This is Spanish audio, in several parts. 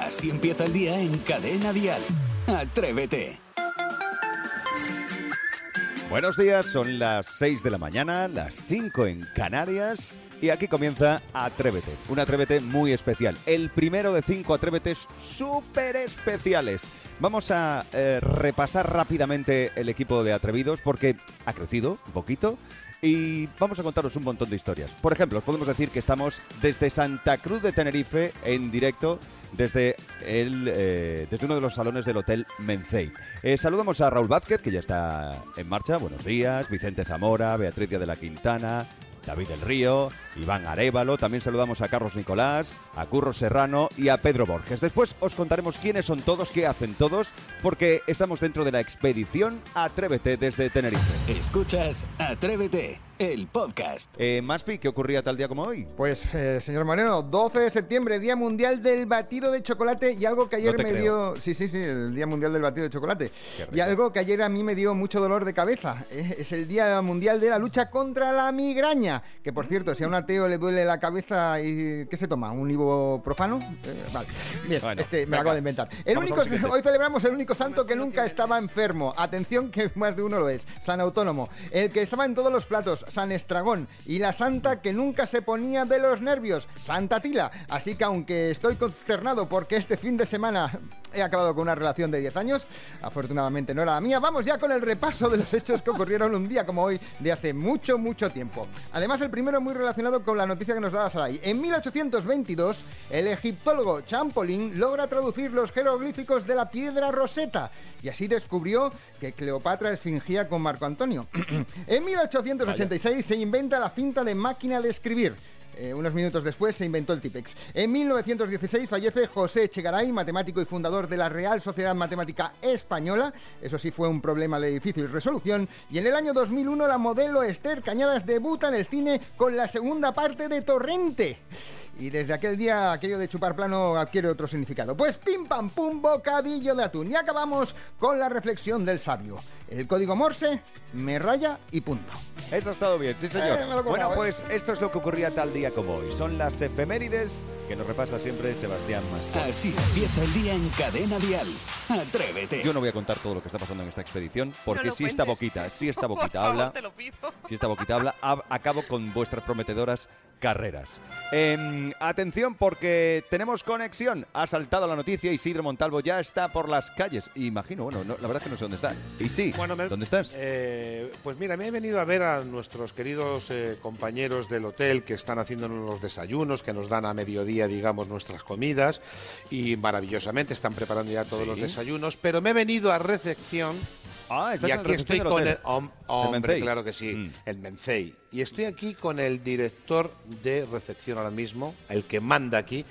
Así empieza el día en Cadena Dial. Atrévete. Buenos días, son las 6 de la mañana, las 5 en Canarias y aquí comienza Atrévete, un Atrévete muy especial, el primero de 5 Atrévetes súper especiales. Vamos a eh, repasar rápidamente el equipo de Atrevidos porque ha crecido un poquito y vamos a contaros un montón de historias. Por ejemplo, os podemos decir que estamos desde Santa Cruz de Tenerife en directo desde, el, eh, desde uno de los salones del Hotel Mencey. Eh, saludamos a Raúl Vázquez, que ya está en marcha. Buenos días. Vicente Zamora, Beatriz Díaz de la Quintana, David del Río, Iván Arevalo. También saludamos a Carlos Nicolás, a Curro Serrano y a Pedro Borges. Después os contaremos quiénes son todos, qué hacen todos, porque estamos dentro de la expedición Atrévete desde Tenerife. Escuchas Atrévete, el podcast. Eh, Maspi, ¿qué ocurría tal día como hoy? Pues, eh, señor Moreno, 12 de septiembre, Día Mundial del Batido de Chocolate y algo que ayer No te me creo. dio... Sí, sí, sí, el Día Mundial del Batido de Chocolate. Qué rico. Y algo que ayer a mí me dio mucho dolor de cabeza. Es, es el Día Mundial de la Lucha contra la Migraña. Que, por cierto, si a un Mm. ateo le duele la cabeza, y ¿qué se toma? ¿Un ibuprofano? Eh, vale. Bien, Bueno, este me venga. lo acabo de inventar. El Vamos único, al siguiente. hoy celebramos el único santo que nunca estaba enfermo. Atención que más de uno lo es. San Autónomo. El que estaba en todos los platos. San Estragón. Y la santa que nunca se ponía de los nervios. Santa Tila. Así que aunque estoy consternado porque este fin de semana he acabado con una relación de 10 años, afortunadamente no era la mía, vamos ya con el repaso de los hechos que ocurrieron un día como hoy de hace mucho, mucho tiempo. Además, el primero muy relacionado con la noticia que nos daba Sarai. En 1822, el egiptólogo Champollion logra traducir los jeroglíficos de la piedra Rosetta y así descubrió que Cleopatra esfingía con Marco Antonio. en 1886 se inventa la cinta de máquina de escribir. Eh, unos minutos después se inventó el Tipex. En 1916 fallece José Echegaray, matemático y fundador de la Real Sociedad Matemática Española. Eso sí fue un problema de difícil resolución. Y en el año 2001 la modelo Esther Cañadas debuta en el cine con la segunda parte de Torrente. Y desde aquel día aquello de chupar plano adquiere otro significado. Pues pim pam pum, bocadillo de atún. Y acabamos con la reflexión del sabio. El código Morse me raya y punto. Eso ha estado bien, sí señor. Eh, me lo he currado, bueno, eh. pues esto es lo que ocurría tal día como hoy. Son las efemérides que nos repasa siempre Sebastián Mascó. Así empieza el día en Cadena Dial. Atrévete. Yo no voy a contar todo lo que está pasando en esta expedición, porque No lo si esta cuentes. boquita, si esta Por boquita favor, habla, te lo pido. si esta boquita habla, ab- acabo con vuestras prometedoras carreras. Em, atención, porque tenemos conexión. Ha saltado la noticia, Isidro Montalvo ya está por las calles. Imagino, bueno, no- la verdad es que no sé dónde está. Y sí, Bueno, me- ¿dónde estás? Eh, pues mira, me he venido a ver a nuestros queridos eh, compañeros del hotel que están haciéndonos los desayunos, que nos dan a mediodía, digamos, nuestras comidas y maravillosamente están preparando ya todos Sí. los desayunos, pero me he venido a recepción Ah, estás y en la aquí estoy recepción del con el hotel. hom- Del hombre, Mencey. claro que sí, Mm. el Mencey. Y estoy aquí con el director de recepción ahora mismo, el que manda aquí,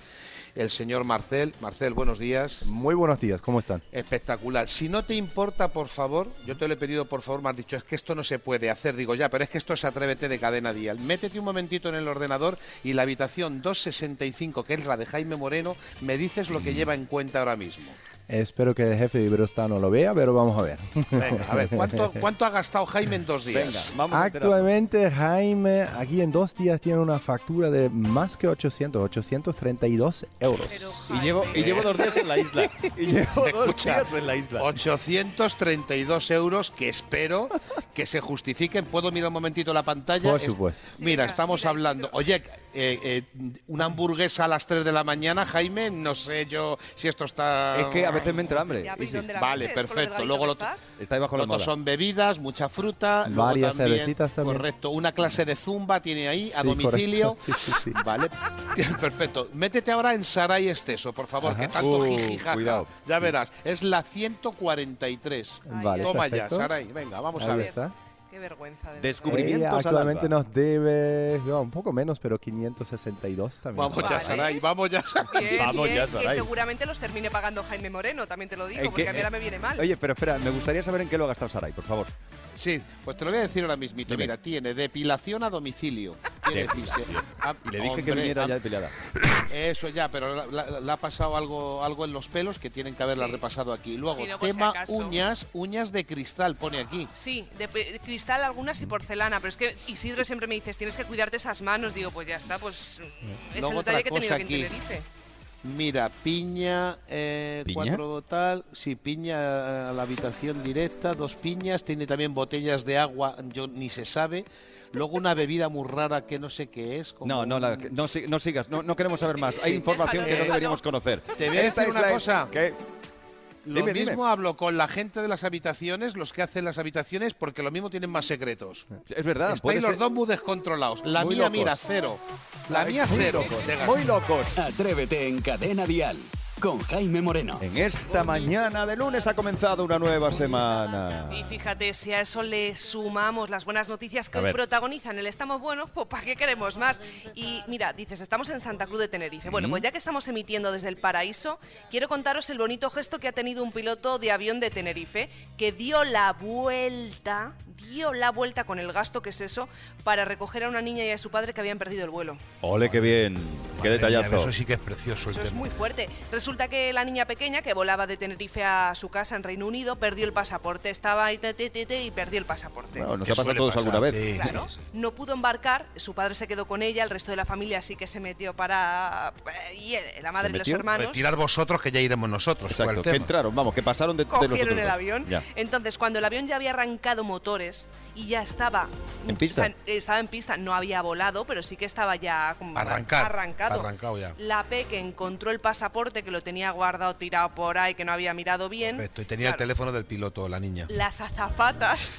el señor Marcel. Marcel, buenos días. Muy buenos días, ¿cómo están? Espectacular. Si no te importa, por favor, yo te lo he pedido, por favor, me has dicho, es que esto no se puede hacer. Digo, ya, pero es que esto es Atrévete de Cadena Dial. Métete un momentito en el ordenador y la habitación 265, que es la de Jaime Moreno, me dices lo que lleva en cuenta ahora mismo. Espero que el jefe de Iberostar no lo vea, pero vamos a ver. Venga, a ver, ¿cuánto, cuánto ha gastado Jaime en dos días? Venga, vamos a enterarnos. Actualmente Jaime aquí en dos días tiene una factura de más que 800, 832 euros. Pero, Y Jaime, llevo, y llevo dos días en la isla. Y llevo dos Escucha, días en la isla. 832 euros que espero que se justifiquen. ¿Puedo mirar un momentito la pantalla? Por Es- supuesto. Mira, mira, estamos mira, hablando. Isidro. Oye, eh, eh, una hamburguesa a las 3 de la mañana, Jaime, no sé yo si esto está. Es que a veces me entra hambre. ya, pero ¿y Sí, sí. dónde la Vale, vendes? ¿Con lo perfecto. delgadito Luego que lo t- estás? Está ahí bajo la Otros moda. son bebidas, mucha fruta. luego Varias también- cervecitas también. Correcto. Una clase de zumba tiene ahí, a Sí, correcto. domicilio. Sí, sí, sí. Vale, perfecto. Métete ahora en Saray Esteso, por favor, que tanto Uh, jiji, jaja. cuidado. Ya verás, es la 143. Vale, Toma perfecto. ya, Saray, venga, vamos a Ahí ver. está. Qué vergüenza. De Descu- verdad. Cubrimientos Ella al actualmente alba. nos debe no, un poco menos, pero 562 también. Vamos ya, Vale. Saray, vamos ya. Bien, Vamos bien, ya, que Saray. seguramente los termine pagando Jaime Moreno, también te lo digo, Eh, porque que- a mí ahora me viene mal. Oye, pero espera, me gustaría saber en qué lo ha gastado Saray, por favor. Sí, pues te lo voy a decir ahora mismito. Dime. Mira, tiene depilación a domicilio. Quiere decirse. Ah, Y le dije que hombre, viniera ah, ya peleada. Eso ya, pero la- la- le ha pasado algo, algo en los pelos que tienen que haberla Sí. repasado aquí. Luego, Sí, no, por si tema acaso. uñas, uñas de cristal, pone aquí. Sí, de pe- de cristal algunas y porcelana, pero es que Isidro siempre me dices, tienes que cuidarte esas manos. Digo, pues ya está, pues mm, es el detalle Luego otra que he tenido cosa que en aquí. Tenerife. Mira, piña, eh, ¿Piña? cuatro tal, sí, piña a la habitación directa, dos piñas, tiene también botellas de agua, yo ni se sabe. Luego una bebida muy rara que no sé qué es. como No, no, la- un- no, sig- no sigas, no, no queremos saber más. Hay Sí, información que déjalo, no deberíamos déjalo. conocer. Te voy a Esta decir es una la- cosa. ¿Qué? Lo Dime, dime. mismo hablo con la gente de las habitaciones, los que hacen las habitaciones, porque lo mismo tienen más secretos. Es verdad, puede Estáis los ser- dos muy descontrolados. La Muy mía, locos. mira, cero. La mía, muy cero. locos, De gas. muy locos. Atrévete en Cadena Dial con Jaime Moreno. En esta mañana de lunes ha comenzado una nueva semana. Y fíjate, si a eso le sumamos las buenas noticias que A hoy ver. protagonizan el Estamos Buenos, pues ¿para qué queremos más? Y mira, dices, estamos en Santa Cruz de Tenerife. Bueno, pues ya que estamos emitiendo desde el paraíso, quiero contaros el bonito gesto que ha tenido un piloto de avión de Tenerife que dio la vuelta, dio la vuelta con el gasto que es eso, para recoger a una niña y a su padre que habían perdido el vuelo. Ole, qué bien, qué detallazo. Eso sí que es precioso el Eso es tema. muy fuerte. Resulta que la niña pequeña que volaba de Tenerife a su casa en Reino Unido perdió el pasaporte. Estaba ahí te, te, te, te, y perdió el pasaporte. Bueno, nos Que ha pasado a suele todos pasar, alguna vez. sí, Claro, sí, sí. no pudo embarcar, su padre se quedó con ella, el resto de la familia sí que se metió para... Y eh, la madre y los metió? hermanos Retirar vosotros que ya iremos nosotros. fue Exacto, el que tema. entraron, vamos, que pasaron de, de nosotros. cogieron el dos. avión. Ya. Entonces, cuando el avión ya había arrancado motores y ya estaba... ¿En pista? o sea, estaba en pista, no había volado, pero sí que estaba ya como Arrancar, arrancado. arrancado ya. La Peque encontró el pasaporte que lo tenía guardado, tirado por ahí, que no había mirado bien. Perfecto, y tenía el Claro. teléfono del piloto, la niña. las azafatas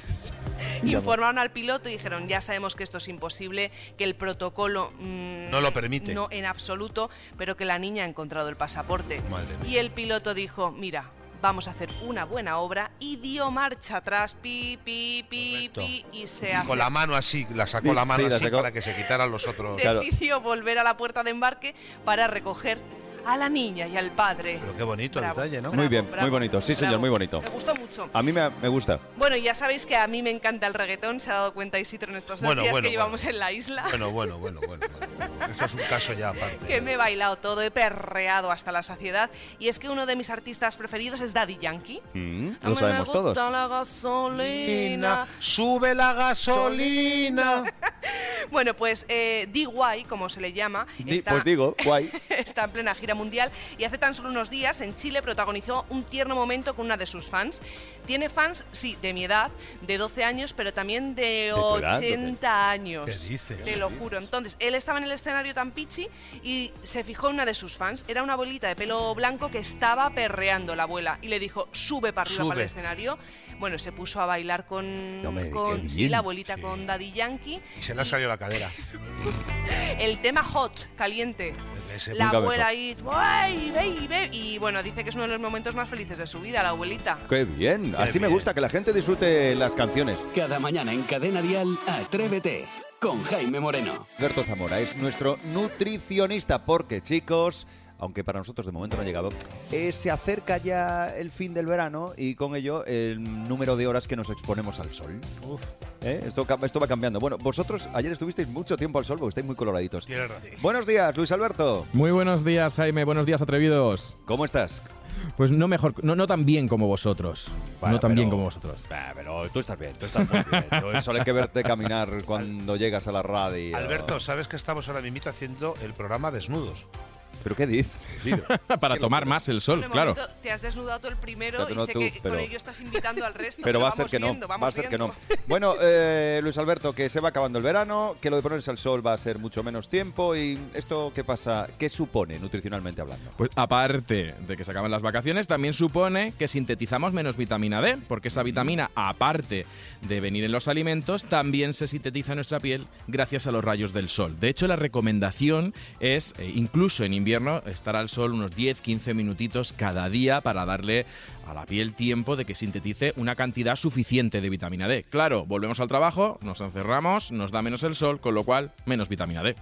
informaron al piloto y dijeron ya sabemos que esto es imposible, que el protocolo mm, No lo permite. no en absoluto, pero que la niña ha encontrado el pasaporte. Madre mía. Y el piloto dijo, mira, vamos a hacer una buena obra y dio marcha atrás, pi, pi, pi, Correcto. pi, y se Con la mano así, la sacó la Sí, mano la así sacó. para que se quitaran los otros. Claro. decidió volver a la puerta de embarque para recoger a la niña y al padre. Pero qué bonito el Bravo, detalle, ¿no? bravo, Muy bien, muy bravo, bonito. Sí, señor, bravo. muy bonito. Me gustó mucho. A mí me, me gusta. Bueno, ya sabéis que a mí me encanta el reggaetón, se ha dado cuenta Isidro en estos dos Bueno, días bueno, que llevamos bueno. en la isla, Bueno, bueno, bueno, bueno, bueno, bueno. Eso es un caso ya aparte. que me he bailado todo, he perreado hasta la saciedad, y es que uno de mis artistas preferidos es Daddy Yankee. Mm, A mí lo me sabemos gusta todos. la gasolina. Sube la gasolina. Bueno, pues eh, DY, como se le llama, Di- está- pues digo, guay. está en plena gira mundial y hace tan solo unos días en Chile protagonizó un tierno momento con una de sus fans. Tiene fans, sí, de mi edad, de 12 años, pero también de, tu edad, 80 años. ¿Qué dices? Te lo juro. Entonces, él estaba en el escenario tan pichi y se fijó en una de sus fans. Era una abuelita de pelo blanco que estaba perreando la abuela y le dijo, sube para arriba Sube. para el escenario. Bueno, se puso a bailar con, No me- con- qué sí, bien. la abuelita Sí. con Daddy Yankee. Y se le ha salido la cadera. El tema hot, caliente. Ese- La Nunca abuela ahí, "Ay, baby", y bueno, dice que es uno de los momentos más felices de su vida, la abuelita. Qué bien. Así me bien. gusta que la gente disfrute las canciones. Cada mañana en Cadena Dial, Atrévete con Jaime Moreno. Alberto Zamora es nuestro nutricionista porque chicos, aunque para nosotros de momento no ha llegado, eh, se acerca ya el fin del verano y con ello el número de horas que nos exponemos al sol. ¿Eh? Esto, ca- esto va cambiando. Bueno, vosotros ayer estuvisteis mucho tiempo al sol porque estáis muy coloraditos. Tienes razón. Buenos días, Luis Alberto. Muy buenos días, Jaime. Buenos días, atrevidos. ¿Cómo estás? Pues no mejor, no, no tan bien como vosotros. Bueno, no tan pero- bien como vosotros. Ah, pero tú estás bien, tú estás muy bien. Tú- Solo hay que verte caminar cuando llegas a la radio. Alberto, sabes que estamos ahora mismo haciendo el programa desnudos. ¿Pero qué dices? Isidro? Para tomar más el sol, De claro. momento te has desnudado tú el primero Te has y sé desnudado que tú, con pero- ello estás invitando al resto. Pero va a ser vamos que no. viendo, va a vamos ser que no. viendo. Bueno, eh, Luis Alberto, que se va acabando el verano, que lo de ponerse al sol va a ser mucho menos tiempo y esto qué pasa, qué supone nutricionalmente hablando. Pues aparte de que se acaban las vacaciones, también supone que sintetizamos menos vitamina D, porque esa vitamina, aparte de venir en los alimentos, también se sintetiza en nuestra piel gracias a los rayos del sol. De hecho, la recomendación es, eh, incluso en invierno, estar al sol unos 10-15 minutitos cada día para darle a la piel tiempo de que sintetice una cantidad suficiente de vitamina D. Claro, volvemos al trabajo, nos encerramos, nos da menos el sol, con lo cual menos vitamina D.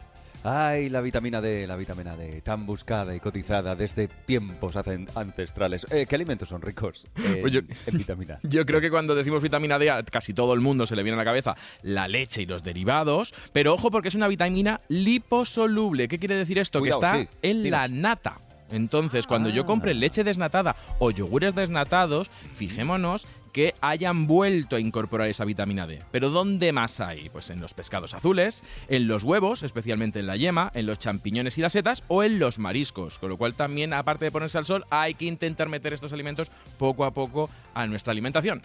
Ay, la vitamina D, la vitamina D, tan buscada y cotizada desde tiempos hacen- ancestrales. Eh, ¿Qué alimentos son ricos en, Pues yo- en vitamina? Yo creo que cuando decimos vitamina D a casi todo el mundo se le viene a la cabeza la leche y los derivados, pero ojo porque es una vitamina liposoluble. ¿Qué quiere decir esto? Cuidado, que está sí. en Dinos. la nata. Entonces, cuando yo compre leche desnatada o yogures desnatados, fijémonos que hayan vuelto a incorporar esa vitamina D. Pero ¿dónde más hay? Pues en los pescados azules, en los huevos, especialmente en la yema, en los champiñones y las setas o en los mariscos. Con lo cual también, aparte de ponerse al sol, hay que intentar meter estos alimentos poco a poco a nuestra alimentación.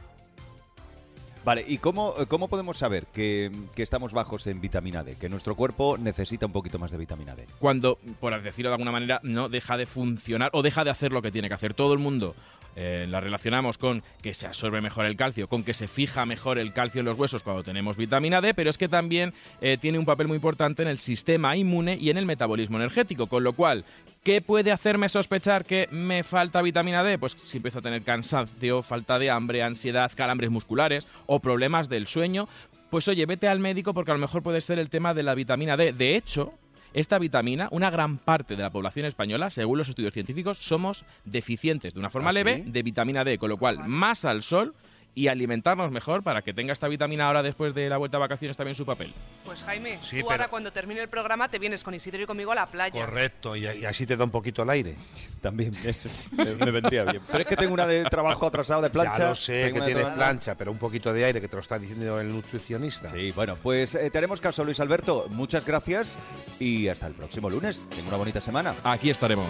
Vale, ¿y cómo, cómo podemos saber que, que estamos bajos en vitamina D? Que nuestro cuerpo necesita un poquito más de vitamina D. cuando, por decirlo de alguna manera, no deja de funcionar o deja de hacer lo que tiene que hacer. Todo el mundo eh, la relacionamos con que se absorbe mejor el calcio, con que se fija mejor el calcio en los huesos cuando tenemos vitamina D, pero es que también eh, tiene un papel muy importante en el sistema inmune y en el metabolismo energético. Con lo cual, ¿qué puede hacerme sospechar que me falta vitamina D? Pues si empiezo a tener cansancio, falta de hambre, ansiedad, calambres musculares o problemas del sueño, pues oye, vete al médico porque a lo mejor puede ser el tema de la vitamina D. De hecho, esta vitamina, una gran parte de la población española, según los estudios científicos, somos deficientes de una forma ¿Ah, sí? leve de vitamina D, con lo cual más al sol y alimentarnos mejor para que tenga esta vitamina ahora después de la vuelta a vacaciones también su papel. Pues Jaime, Sí, tú pero- ahora cuando termine el programa te vienes con Isidro y conmigo a la playa. Correcto, y, y así te da un poquito el aire. También es- me vendría bien. Pero es que tengo una de trabajo atrasado de plancha. ya lo sé tengo que una de tienes trabajo- plancha, pero un poquito de aire que te lo está diciendo el nutricionista. Sí, bueno, pues eh, te haremos caso, Luis Alberto. Muchas gracias y hasta el próximo lunes. Tengo una bonita semana. Aquí estaremos.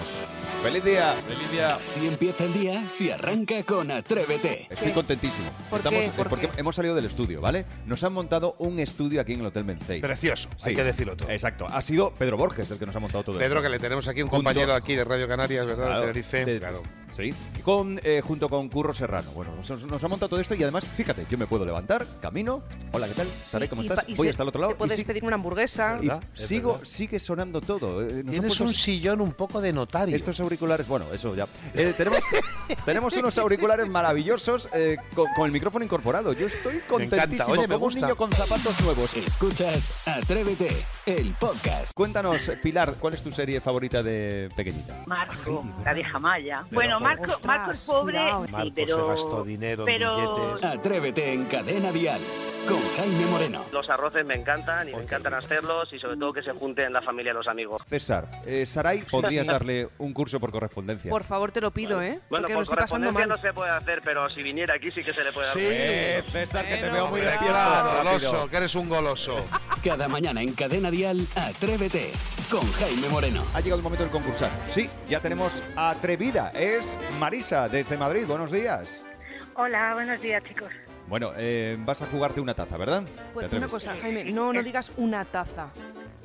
¡Feliz día! ¡Feliz día! Si empieza el día, si arranca con Atrévete. Estoy ¿Qué? contentísimo. ¿Por Estamos, qué? eh, ¿Por porque qué? hemos salido del estudio, ¿vale? Nos han montado un estudio aquí en el Hotel Mencey. Precioso, Sí. hay que decirlo todo. Exacto. Ha sido Pedro Borges el que nos ha montado todo esto. Pedro, que le tenemos aquí un Junto- compañero aquí de Radio Canarias, ¿verdad? De Claro, Tenerife. de- claro. Sí. Con, eh, junto con Curro Serrano. Bueno, nos, nos ha montado todo esto y además, fíjate, yo me puedo levantar, camino. Hola, ¿qué tal? Saray, ¿cómo Y estás? pa- y Voy se- hasta el otro lado. Te puedes y sí- pedirme una hamburguesa. y ¿Verdad? Es sigo, verdad. sigue sonando todo. Eh, nos han Tienes puesto un sillón un poco de notario. Estos auriculares, bueno, eso ya. Eh, tenemos, tenemos unos auriculares maravillosos eh, con, con el micrófono incorporado. Yo estoy contentísimo, Oye, me como un gusta. niño con zapatos nuevos. Escuchas Atrévete, el podcast. Cuéntanos, eh, Pilar, ¿cuál es tu serie favorita de pequeñita? Marco, la vieja Maya. Bueno, Marco, Ostras, Marco es pobre, cuidado, eh. sí, Marco pero pues se gastó dinero en pero- billetes. Atrévete en Cadena Vial con Jaime Moreno. Los arroces me encantan y me encantan hacerlos y sobre todo que se junten la familia y los amigos. César, eh, Saray, podrías darle un curso por correspondencia. Por favor, te lo pido, ¿eh? Bueno, pues Porque lo por estoy pasando correspondencia mal. no se puede hacer, pero si viniera aquí sí que se le puede dar. Eh, César, que te Pero, veo muy claro. despierto. Claro, rápido. goloso, que eres un goloso. Cada mañana en Cadena Dial, Atrévete con Jaime Moreno. Ha llegado el momento del concursar. Sí, ya tenemos atrevida. Es Marisa, desde Madrid. Buenos días. Hola, buenos días, chicos. Bueno, eh, vas a jugarte una taza, ¿verdad? ¿Te Pues atreves? una cosa, Jaime, no, no digas una taza.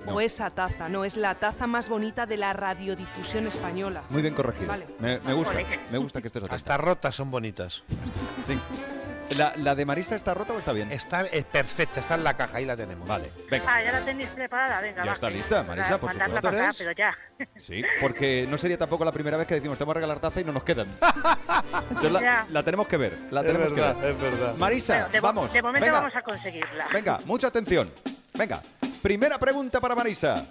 No. O esa taza, no, es la taza más bonita de la radiodifusión española. Muy bien corregido. Vale. Me, me gusta, Ole. me gusta que estés atento. Hasta rotas son bonitas. Sí. ¿La, la de Marisa está rota o está bien? Está es perfecta, está en la caja, ahí la tenemos. Vale, venga. Ah, ya la tenéis preparada, venga. Ya va. está lista, Marisa, por Mandarla supuesto. para acá, pero ya. Sí, porque no sería tampoco la primera vez que decimos, te vamos a regalar taza y no nos quedan. Entonces la, Ya. la tenemos que ver, la tenemos que ver. es verdad. Marisa, Bueno, de, mo- vamos. de momento venga, vamos a conseguirla. venga, mucha atención. Venga, primera pregunta para Marisa.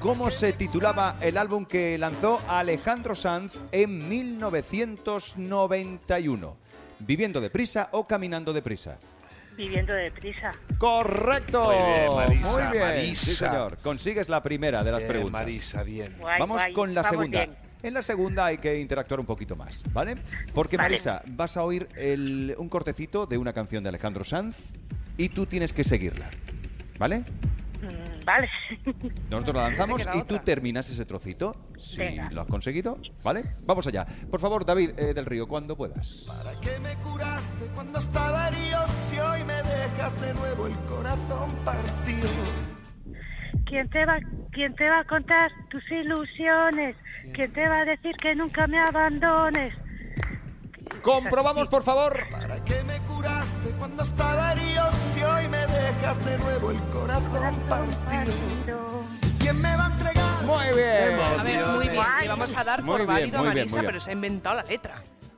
¿Cómo se titulaba el álbum que lanzó Alejandro Sanz en 1991? ¿Viviendo deprisa o caminando deprisa? Viviendo deprisa. Correcto. Muy bien, Marisa, Muy bien. Marisa. Sí, señor. Consigues la primera de las Bien, preguntas. Marisa, bien. Guay, Vamos guay, con la vamos segunda. bien. En la segunda hay que interactuar un poquito más, ¿vale? Porque Vale. Marisa, vas a oír el- un cortecito de una canción de Alejandro Sanz y tú tienes que seguirla, ¿vale? Mm, Vale. Nosotros la lanzamos queda y tú otra. terminas ese trocito, si Venga. lo has conseguido, ¿vale? Vamos allá. Por favor, David eh, del Río, cuando puedas. ¿Quién te, va, ¿Quién te va a contar tus ilusiones? ¿Quién te va a decir que nunca me abandones? Comprobamos, por favor. Partido. Muy bien. A ver, muy bien, le vamos a dar Muy por bien, válido a muy bien, Marisa, muy bien. pero se ha inventado la letra.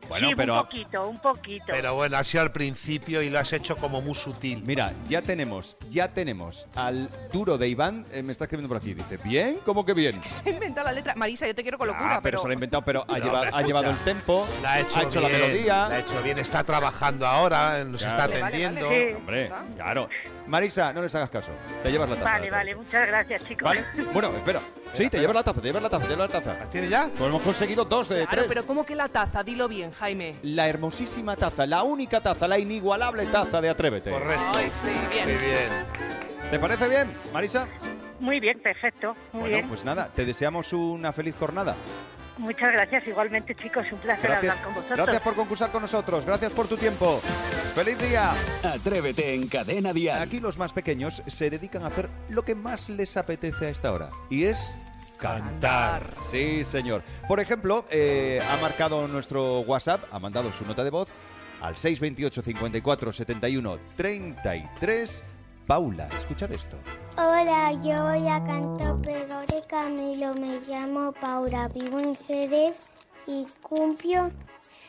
Bueno, sí, pero un poquito, un poquito. Pero bueno, ha sido al principio y lo has hecho como muy sutil. Mira, ya tenemos, ya tenemos al duro de Iván. eh, me está escribiendo por aquí. Dice, ¿bien? ¿Cómo que bien? Se ha inventado la letra. Marisa, yo te quiero con Ah, locura, pero, se lo ha inventado, pero ha, No, llevado, pero ha llevado el escucha, tempo, La ha hecho, la bien, melodía. La ha hecho bien, está trabajando ahora, nos está Claro. Vale, vale, atendiendo. Sí. Hombre, ¿Está? claro. Marisa, no les hagas caso. Te llevas la taza. Vale, vale, muchas gracias, chicos. ¿Vale? Bueno, espera. Sí, te llevas la taza, te llevas la taza, te llevas la taza. ¿Las tienes ya? Pues hemos conseguido dos de Claro, tres. pero ¿cómo que la taza? Dilo bien, Jaime. La hermosísima taza, la única taza, la inigualable taza de Atrévete. Correcto. Ay, sí, bien. Muy bien. ¿Te parece bien, Marisa? Muy bien, perfecto. Muy bueno, bien. pues nada, te deseamos una feliz jornada. Muchas gracias, igualmente, chicos. Un placer Gracias, hablar con vosotros. gracias por concursar con nosotros, gracias por tu tiempo. ¡Feliz día! Atrévete en Cadena Dial. Aquí los más pequeños se dedican a hacer lo que más les apetece a esta hora, y es cantar. Sí, señor. Por ejemplo, eh, ha marcado nuestro WhatsApp, ha mandado su nota de voz al 628 54 71 33. Paula, escuchad esto. Hola, yo voy a cantar Pedro de Camilo. Me llamo Paula, vivo en Jerez y cumplo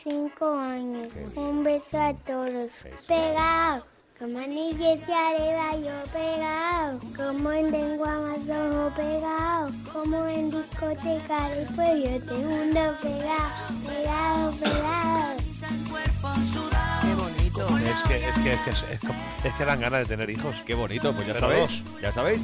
cinco años. Un beso a todos. Pegao, como anillo se areva yo pegao. Como en lengua más ojo pegao. Como en discoteca después yo te hundo pegao. Pegao, pegao. Es que, es que, es que, es que- es que dan ganas de tener hijos. Qué bonito, pues ya Pero sabéis. Ya sabéis.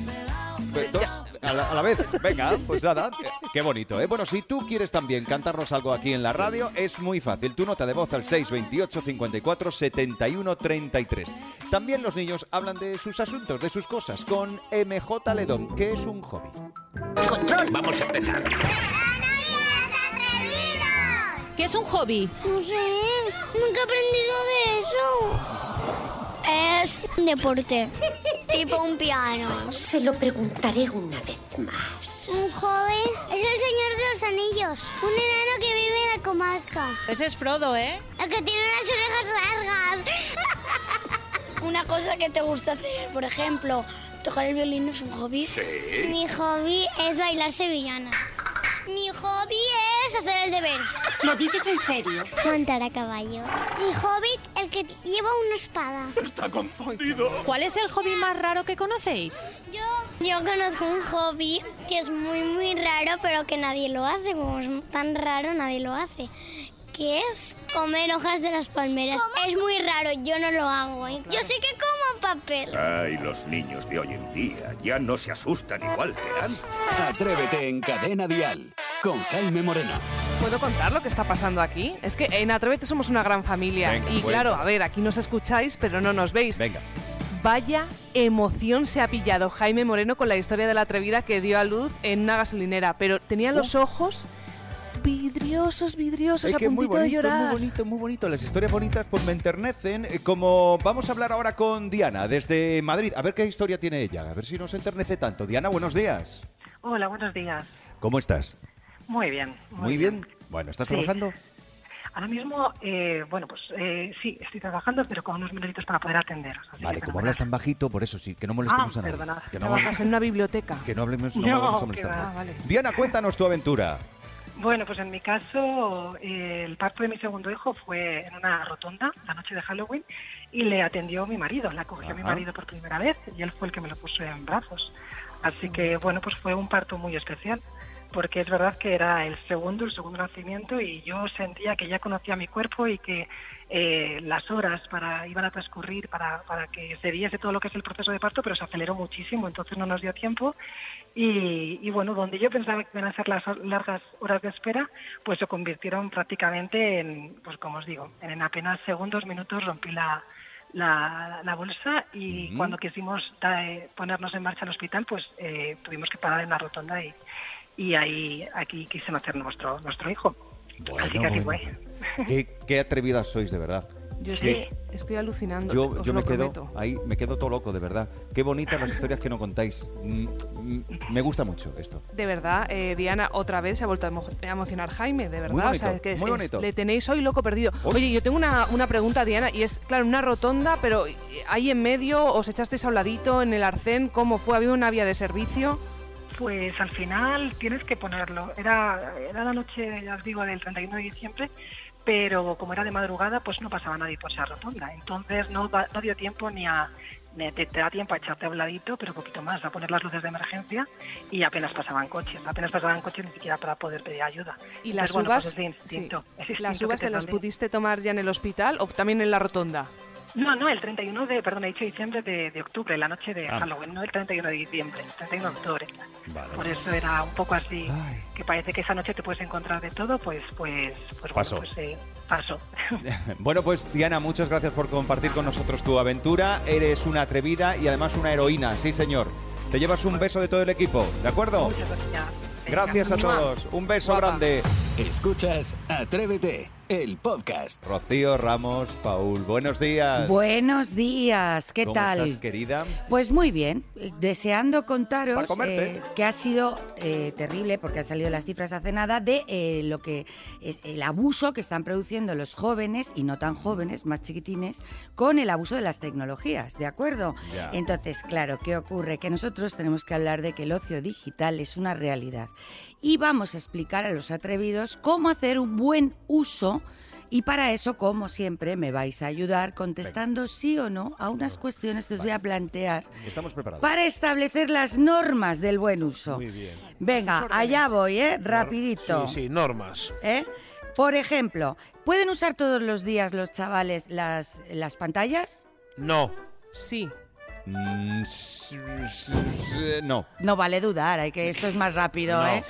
Pe- Dos, a la, a la vez. Venga, pues nada. eh, Qué bonito, ¿eh? Bueno, si tú quieres también cantarnos algo aquí en la radio, es muy fácil. Tu nota de voz al 628 54 71 33. También los niños hablan de sus asuntos, de sus cosas, con MJ Ledón, que es un hobby. Vamos a empezar. ¿Qué es un hobby? No sé, nunca he aprendido de eso. Es un deporte, tipo un piano. Se lo preguntaré una vez más. Un joven es el señor de los anillos, un enano que vive en la comarca. Ese es Frodo, ¿eh? El que tiene las orejas largas. Una cosa que te gusta hacer, por ejemplo, tocar el violín es un hobby. Sí. Mi hobby es bailar sevillana. Mi hobby es hacer el deber. ¿Lo dices en serio? Montar a caballo. Mi hobby, el que lleva una espada. Está confundido. ¿Cuál es el hobby más raro que conocéis? Yo conozco un hobby que es muy, muy raro, pero que nadie lo hace. Como es tan raro, nadie lo hace. Que es comer hojas de las palmeras. Es muy raro, yo no lo hago. ¿eh? Yo sí que como papel. Ay, los niños de hoy en día ya no se asustan igual que antes. Atrévete en Cadena Dial. Con Jaime Moreno. ¿Puedo contar lo que está pasando aquí? Es que en Atrévete somos una gran familia. Venga, y cuenta. claro, a ver, aquí nos escucháis, pero no nos veis. Venga. Vaya emoción se ha pillado Jaime Moreno con la historia de la atrevida que dio a luz en una gasolinera, pero tenía los ojos vidriosos, vidriosos, a Oh. es muy puntito bonito, de llorar. muy bonito, muy bonito. Las historias bonitas pues me enternecen. eh, Como vamos a hablar ahora con Diana desde Madrid. A ver qué historia tiene ella. A ver si nos enternece tanto. Diana, buenos días. Hola, buenos días. ¿Cómo estás? Muy bien. Muy bien. Bueno, ¿estás Sí. trabajando? Ahora mismo, eh, bueno, pues eh, sí, estoy trabajando, pero con unos minutitos para poder atender. Vale, como hablas tan bajito, por eso sí, que no molestemos Ah, a nadie. perdonad. Que no, Trabajas en una biblioteca. que no hablemos, no No, vamos a que molestar. va, a nadie. vale. Diana, cuéntanos tu aventura. Bueno, pues en mi caso, eh, el parto de mi segundo hijo fue en una rotonda la noche de Halloween y le atendió mi marido, la cogió mi Ajá. marido por primera vez y él fue el que me lo puso en brazos. Así que, bueno, pues fue un parto muy especial porque es verdad que era el segundo, el segundo nacimiento y yo sentía que ya conocía mi cuerpo y que eh, las horas para iban a transcurrir para, para que se diese todo lo que es el proceso de parto, pero se aceleró muchísimo, entonces no nos dio tiempo y, y bueno, donde yo pensaba que iban a ser las hor- largas horas de espera, pues se convirtieron prácticamente en, pues como os digo, en, en apenas segundos, minutos rompí la, la, la bolsa y Ujú. cuando quisimos da- eh, ponernos en marcha al hospital, pues eh, tuvimos que parar en la rotonda y, y ahí aquí quise nacer nuestro, nuestro hijo. Así que aquí bueno, voy. Qué, qué atrevidas sois, de verdad. Yo Qué- estoy, estoy alucinando. Yo, os yo lo me quedo prometo. ahí, me quedo todo loco, de verdad. Qué bonitas las historias que no contáis. Mm, mm, me gusta mucho esto. De verdad, eh, Diana, otra vez se ha vuelto a emo- a emocionar Jaime, de verdad. o sea, bonito, que es- muy es- bonito. le tenéis hoy loco perdido. Oye, yo tengo una, una pregunta, Diana, y es, claro, una rotonda, pero eh, ahí en medio, os echasteis a un ladito en el arcén, ¿cómo fue? ¿Había una vía de servicio? Pues al final tienes que ponerlo. Era, era la noche, ya os digo, del 31 de diciembre, pero como era de madrugada, pues no pasaba nadie por esa rotonda. Entonces no, da- no dio tiempo ni a... ni- Te, te da tiempo a echarte a un ladito, pero poquito más, a poner las luces de emergencia y apenas pasaban coches. Apenas pasaban coches ni siquiera para poder pedir ayuda. ¿Y las Entonces, bueno, pues uvas? es de instinto, sí, es instinto ¿Las que uvas te te las sale. pudiste tomar ya en el hospital o también en la rotonda? No, no, el 31 de, perdón, he dicho diciembre de, de octubre, la noche de Ah. Halloween, no el 31 de diciembre, el 31 de octubre. Vale. Por eso era un poco así, que parece que esa noche te puedes encontrar de todo, pues, pues, pues Pasó. bueno, pues eh, pasó. Bueno, pues Diana, muchas gracias por compartir con nosotros tu aventura. Eres una atrevida y además una heroína, sí señor. Te llevas un beso de todo el equipo, ¿de acuerdo? Gracias a todos. Un beso grande. Escuchas Atrévete, el podcast. Rocío Ramos, Paul, buenos días. Buenos días, ¿qué ¿Cómo tal? estás, querida? Pues muy bien, deseando contaros Para comerte. eh, que ha sido eh, terrible, porque han salido las cifras hace nada, de eh, lo que es el abuso que están produciendo los jóvenes y no tan jóvenes, más chiquitines, con el abuso de las tecnologías, ¿de acuerdo? Ya. Entonces, claro, ¿qué ocurre? Que nosotros tenemos que hablar de que el ocio digital es una realidad y vamos a explicar a los atrevidos cómo hacer un buen uso. Y para eso, como siempre, me vais a ayudar contestando sí o no a unas cuestiones que os voy a plantear Estamos preparados. para establecer las normas del buen uso. Muy bien. Venga, allá voy, ¿eh? Rapidito. Sí, sí, normas. ¿Eh? Por ejemplo, ¿pueden usar todos los días los chavales las, las pantallas? No. Sí. Mm, s- s- s- Eh, no. No vale dudar, hay que esto es más rápido, No. ¿eh?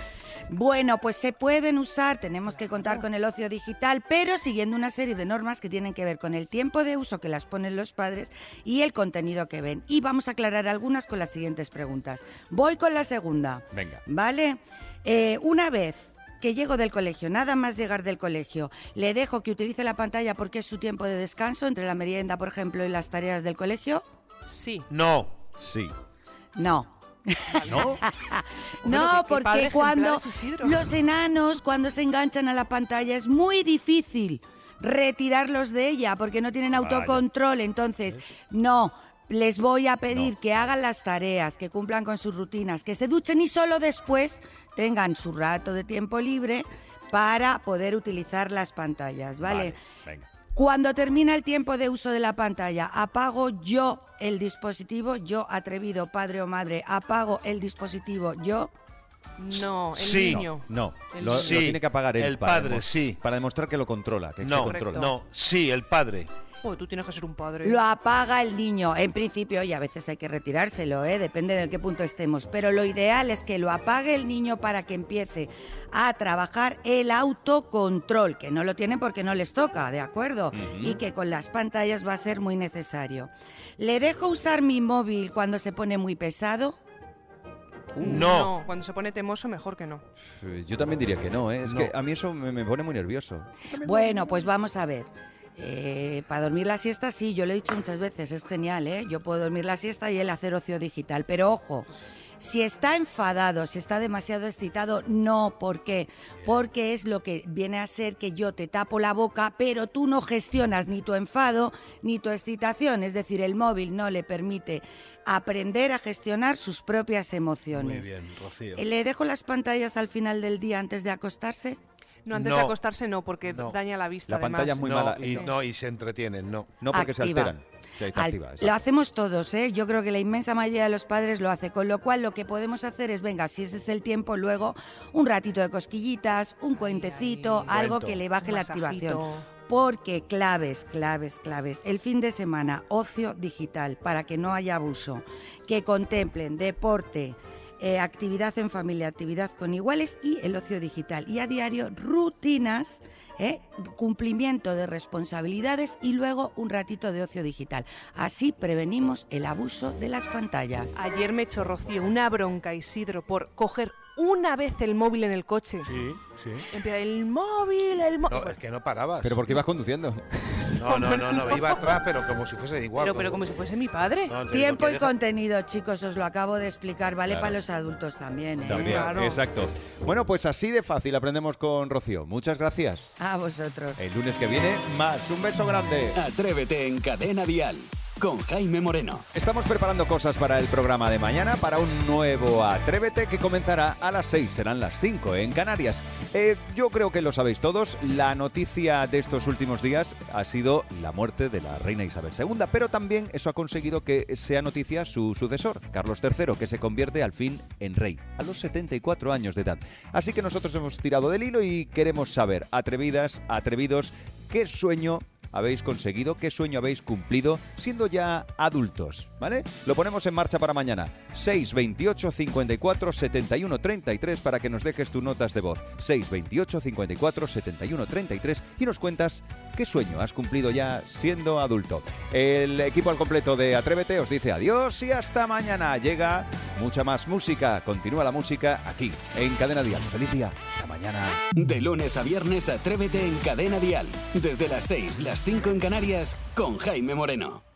Bueno, pues se pueden usar, tenemos que contar con el ocio digital, pero siguiendo una serie de normas que tienen que ver con el tiempo de uso que las ponen los padres y el contenido que ven. Y vamos a aclarar algunas con las siguientes preguntas. Voy con la segunda. Venga. ¿Vale? Eh, una vez que llego del colegio, nada más llegar del colegio, le dejo que utilice la pantalla porque es su tiempo de descanso entre la merienda, por ejemplo, y las tareas del colegio. Sí. No. Sí. No. ¿No? Bueno, qué- no, qué padre porque ejemplar cuando es Isidro. los enanos, cuando se enganchan a la pantalla, es muy difícil retirarlos de ella porque no Ah, tienen Vaya. autocontrol. Entonces, no, les voy a pedir que hagan las tareas, que cumplan con sus rutinas, que se duchen y solo después tengan su rato de tiempo libre para poder utilizar las pantallas, ¿vale? Venga. Cuando termina el tiempo de uso de la pantalla, apago yo el dispositivo, yo atrevido, padre o madre, apago el dispositivo, yo. No, el Sí. niño. No, El lo, lo Sí, tiene que apagar él. el para padre, demos- sí. Para demostrar que lo controla, que se No, controla. no, sí, el padre. Joder, tú tienes que ser un padre. Lo apaga el niño, en principio, y a veces hay que retirárselo, ¿eh? depende de qué punto estemos, pero lo ideal es que lo apague el niño para que empiece a trabajar el autocontrol, que no lo tiene porque no les toca, ¿de acuerdo? Y que con las pantallas va a ser muy necesario. ¿Le dejo usar mi móvil cuando se pone muy pesado? Uh. No, cuando se pone temoso, mejor que no. Eh, Yo también diría que no, ¿eh? Es que a mí eso me, me pone muy nervioso. Bueno, pues vamos a ver. para dormir la siesta, sí, yo lo he dicho muchas veces, es genial, ¿eh? Yo puedo dormir la siesta y él hacer ocio digital, pero ojo, si está enfadado, si está demasiado excitado, no, ¿por qué? Porque es lo que viene a ser que yo te tapo la boca, pero tú no gestionas ni tu enfado ni tu excitación, es decir, el móvil no le permite aprender a gestionar sus propias emociones. Muy bien, Rocío. Eh, ¿Le dejo las pantallas al final del día antes de acostarse? No, antes de No. acostarse no, porque No. daña la vista. además. no, Y, No. no, y se entretienen, no. No, porque se Activa. alteran. Se Al- activa, lo hacemos todos, ¿eh? Yo creo que la inmensa mayoría de los padres lo hace, con lo cual lo que podemos hacer es, venga, si ese es el tiempo, luego un ratito de cosquillitas, un cuentecito, algo cuento. que le baje Un la masajito. activación. Porque claves, claves, claves. El fin de semana, ocio digital, para que no haya abuso. Que contemplen deporte, eh, actividad en familia, actividad con iguales y el ocio digital. Y a diario, rutinas, ¿eh? cumplimiento de responsabilidades y luego un ratito de ocio digital. Así prevenimos el abuso de las pantallas. Ayer me echó Rocío una bronca, Isidro, por coger una vez el móvil en el coche. Sí, sí. En plan, El móvil, el móvil. No, Pues es que no parabas. Pero porque ibas conduciendo. No, no, no, no, iba atrás, pero como si fuese igual. Pero- pero como si fuese mi padre. No, te digo Tiempo que y deja- contenido, chicos, os lo acabo de explicar, ¿vale? Claro. Para los adultos también. ¿eh? También, exacto. Bueno, pues así de fácil aprendemos con Rocío. Muchas gracias. A vosotros. El lunes que viene, más. Un beso grande. Atrévete en Cadena Dial con Jaime Moreno. Estamos preparando cosas para el programa de mañana, para un nuevo Atrévete que comenzará a las 6, serán las 5 en Canarias. Eh, yo creo que lo sabéis todos, la noticia de estos últimos días ha sido la muerte de la reina Isabel II, pero también eso ha conseguido que sea noticia su sucesor, Carlos III, que se convierte al fin en rey, a los 74 años de edad. Así que nosotros hemos tirado del hilo y queremos saber, atrevidas, atrevidos, qué sueño habéis conseguido, qué sueño habéis cumplido siendo ya adultos, ¿vale? Lo ponemos en marcha para mañana. 628 54 71 33 para que nos dejes tus notas de voz. 628 54 71 33 y nos cuentas qué sueño has cumplido ya siendo adulto. El equipo al completo de Atrévete os dice adiós y hasta mañana. Llega mucha más música. Continúa la música aquí en Cadena Dial. Feliz día. Hasta mañana. De lunes a viernes, atrévete en Cadena Dial. Desde las 6, las 5 en Canarias, con Jaime Moreno.